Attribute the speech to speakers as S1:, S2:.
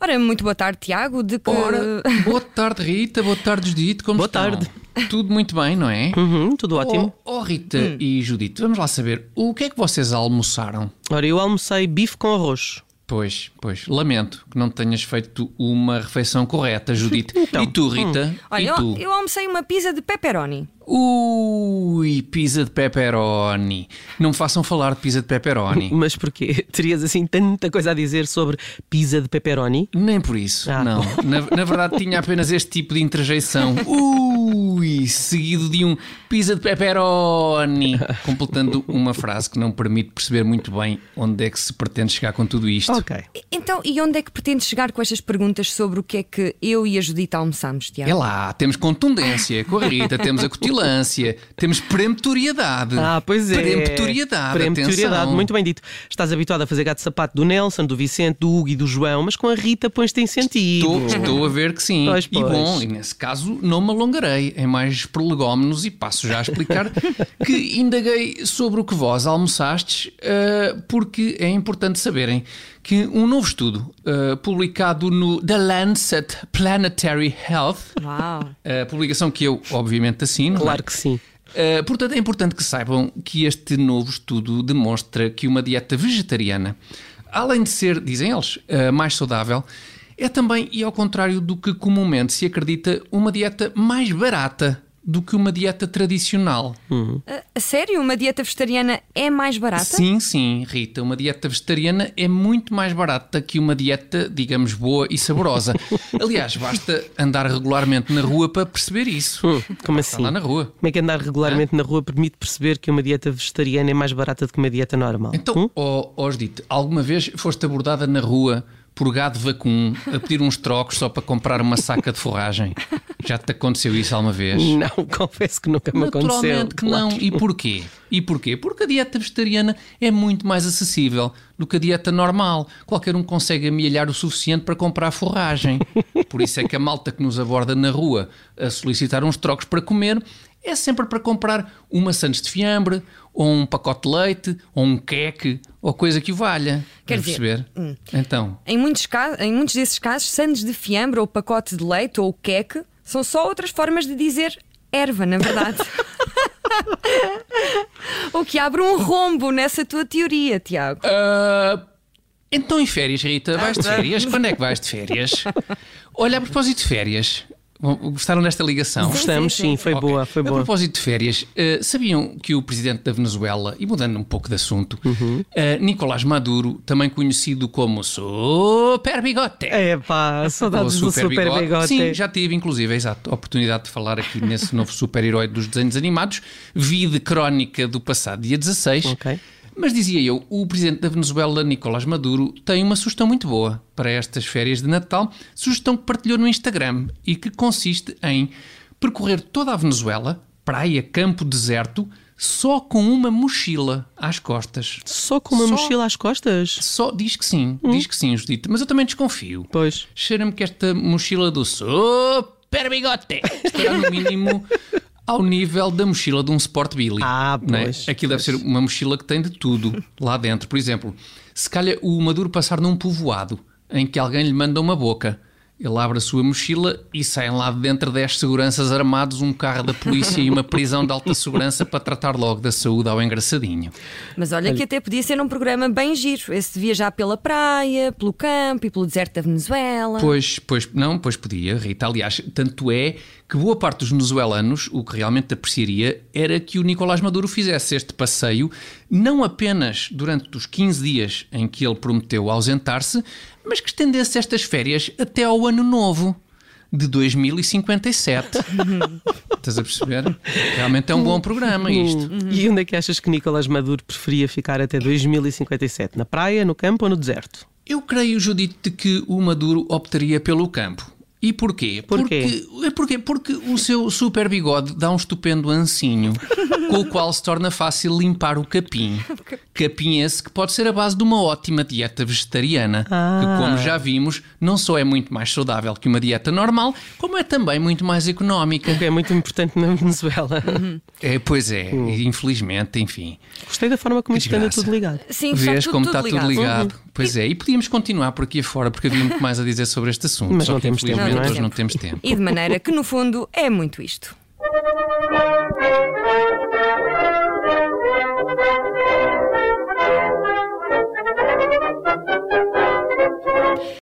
S1: Ora, muito boa tarde, Tiago. De que...
S2: Ora,
S1: Eh,
S2: boa tarde, Rita, boa tarde, Judite, como
S3: Boa
S2: estão?
S3: tarde.
S2: Tudo muito bem, não é?
S3: Uhum, tudo ótimo.
S2: Oh, oh, Rita
S1: Hum.
S2: e Judite, vamos lá saber, o que é que vocês almoçaram?
S3: Ora, eu almocei bife com arroz.
S2: Pois, pois, lamento que não tenhas feito uma refeição correta, Judite.
S3: Então.
S2: e tu, Rita?
S1: Hum. Olha,
S2: e tu?
S1: eu, eu almocei uma pizza de pepperoni.
S2: Ui, pizza de pepperoni. Não me façam falar de pizza de pepperoni.
S3: Mas porquê? Terias assim tanta coisa a dizer sobre pizza de pepperoni?
S2: Nem por isso,
S3: Ah.
S2: não. Na, na verdade, tinha apenas este tipo de interjeição. Ui, seguido de um pizza de pepperoni. Completando uma frase que não permite perceber muito bem onde é que se pretende chegar com tudo isto.
S3: Ok.
S1: E- Então, e onde é que pretendes chegar com estas perguntas sobre o que é que eu e a Judita almoçamos, Tiago?
S2: É lá, temos contundência com a Rita, temos acutilância, temos peremptoriedade.
S3: Ah, pois é.
S2: Peremptoriedade,
S3: Peremptoriedade,
S2: atenção.
S3: muito bem dito. Estás habituado a fazer gato de sapato do Nelson, do Vicente, do Hugo e do João, mas com a Rita pões-te em
S2: Estou,
S3: sentido.
S2: estou a ver que sim.
S3: Uhum. Pois,
S2: E
S3: pois.
S2: bom, e nesse caso não me alongarei em mais prolegómenos e passo já a explicar que indaguei sobre o que vós almoçastes, ah, porque é importante saberem que um novo estudo ah, publicado no The Lancet Planetary Health,
S1: Uau.
S2: a publicação que eu obviamente assino, não é?
S3: Claro que sim.
S2: Uh, portanto, é importante que saibam que este novo estudo demonstra que uma dieta vegetariana, além de ser, dizem eles, uh, mais saudável, é também, e ao contrário do que comumente se acredita, uma dieta mais barata do que uma dieta tradicional.
S1: A- a sério, uma dieta vegetariana é mais barata?
S2: Sim, sim, Rita. Uma dieta vegetariana é muito mais barata que uma dieta, digamos, boa e saborosa. Aliás, basta andar regularmente na rua para perceber isso.
S3: Hum, como
S2: Está
S3: assim?
S2: lá na rua.
S3: Como é que andar regularmente na rua permite perceber que uma dieta vegetariana é mais barata do que uma dieta normal?
S2: Então, ó ó, Judite, alguma vez foste abordada na rua por gado vacum a pedir uns trocos só para comprar uma saca de forragem? Já te aconteceu isso alguma vez?
S3: Não, confesso que nunca me aconteceu.
S2: Naturalmente que não. E porquê? E porquê? Porque a dieta vegetariana é muito mais acessível do que a dieta normal. Qualquer um consegue amealhar o suficiente para comprar forragem. Por isso é que a malta que nos aborda na rua a solicitar uns trocos para comer é sempre para comprar uma Santos de fiambre, ou um pacote de leite, ou um queque, ou coisa que o valha.
S1: Quer
S2: Quer
S1: dizer,
S2: perceber?
S3: hum.
S2: Então,
S1: Em muitos, ca- em muitos desses casos, sandes de fiambre ou pacote de leite ou queque são só outras formas de dizer erva, na verdade. o que abre um rombo nessa tua teoria, Tiago.
S2: Ah, então em férias, Rita, vais de férias? Quando é que vais de férias? Olha, a propósito de férias, gostaram desta ligação?
S3: Gostamos,
S1: Sim, sim,
S3: sim, foi
S2: Ok.
S3: boa, foi
S2: a
S3: boa.
S2: propósito de férias, eh, sabiam que o presidente da Venezuela, e mudando um pouco de assunto,
S3: Uhum.
S2: eh, Nicolás Maduro, também conhecido como Super Bigote.
S3: É pá,
S2: ou
S3: saudades do super bigote.
S2: Sim, já tive, inclusive, é exato, a oportunidade de falar aqui nesse novo super-herói dos desenhos animados. Vi de crónica do passado dia 16.
S3: Ok.
S2: Mas dizia eu, o presidente da Venezuela, Nicolás Maduro, tem uma sugestão muito boa para estas férias de Natal, sugestão que partilhou no Instagram e que consiste em percorrer toda a Venezuela, praia, campo, deserto, só com uma mochila às costas.
S3: Só com uma
S2: Só-
S3: mochila às costas?
S2: Só diz que sim,
S3: Hum?
S2: diz que sim, Judite, mas eu também desconfio.
S3: Pois.
S2: Cheira-me que esta mochila do Super Bigote estará no mínimo ao nível da mochila de um Sport Billy.
S3: Ah,
S2: não é?
S3: pois,
S2: Aquilo deve ser uma mochila que tem de tudo lá dentro. Por exemplo, se calhar o Maduro passar num povoado em que alguém lhe manda uma boca. Ele abre a sua mochila e saem lá de dentro 10 seguranças armados, um carro da polícia e uma prisão de alta segurança para tratar logo da saúde ao engraçadinho.
S1: Mas olha que até podia ser um programa bem giro. Esse de viajar pela praia, pelo campo e pelo deserto da Venezuela.
S2: Pois, pois, não, pois podia, Rita. Aliás, tanto é que boa parte dos venezuelanos o que realmente apreciaria era que o Nicolás Maduro fizesse este passeio não apenas durante os 15 dias em que ele prometeu ausentar-se, mas que estendesse estas férias até ao ano novo. De 2057. Estás a perceber? Realmente é um bom programa isto.
S3: Hum. E onde é que achas que Nicolás Maduro preferia ficar até 2057? Na praia, no campo ou no deserto?
S2: Eu creio, Judite, que o Maduro optaria pelo campo. E porquê?
S3: Porquê?
S2: Porque, é porque, porque o seu super bigode dá um estupendo ancinho, com o qual se torna fácil limpar o capim. capinhense que pode ser a base de uma ótima dieta vegetariana,
S3: Ah.
S2: que, como já vimos, não só é muito mais saudável que uma dieta normal, como é também muito mais económica.
S3: O que é muito importante na Venezuela.
S2: É, pois é, infelizmente, enfim.
S3: Gostei da forma como isto anda
S2: Desgraça.
S3: tudo ligado.
S1: Sim,
S2: Vês
S1: está tudo,
S2: como
S1: tudo
S2: está
S1: ligado. Uhum.
S2: tudo ligado. Pois é, e podíamos continuar por aqui afora, porque havia muito mais a dizer sobre este assunto.
S3: Mas
S2: só
S3: não
S2: que,
S3: temos tempo,
S2: infelizmente,
S3: não é?
S2: hoje não temos tempo.
S1: E de maneira que, no fundo, é muito isto.
S4: Thank you.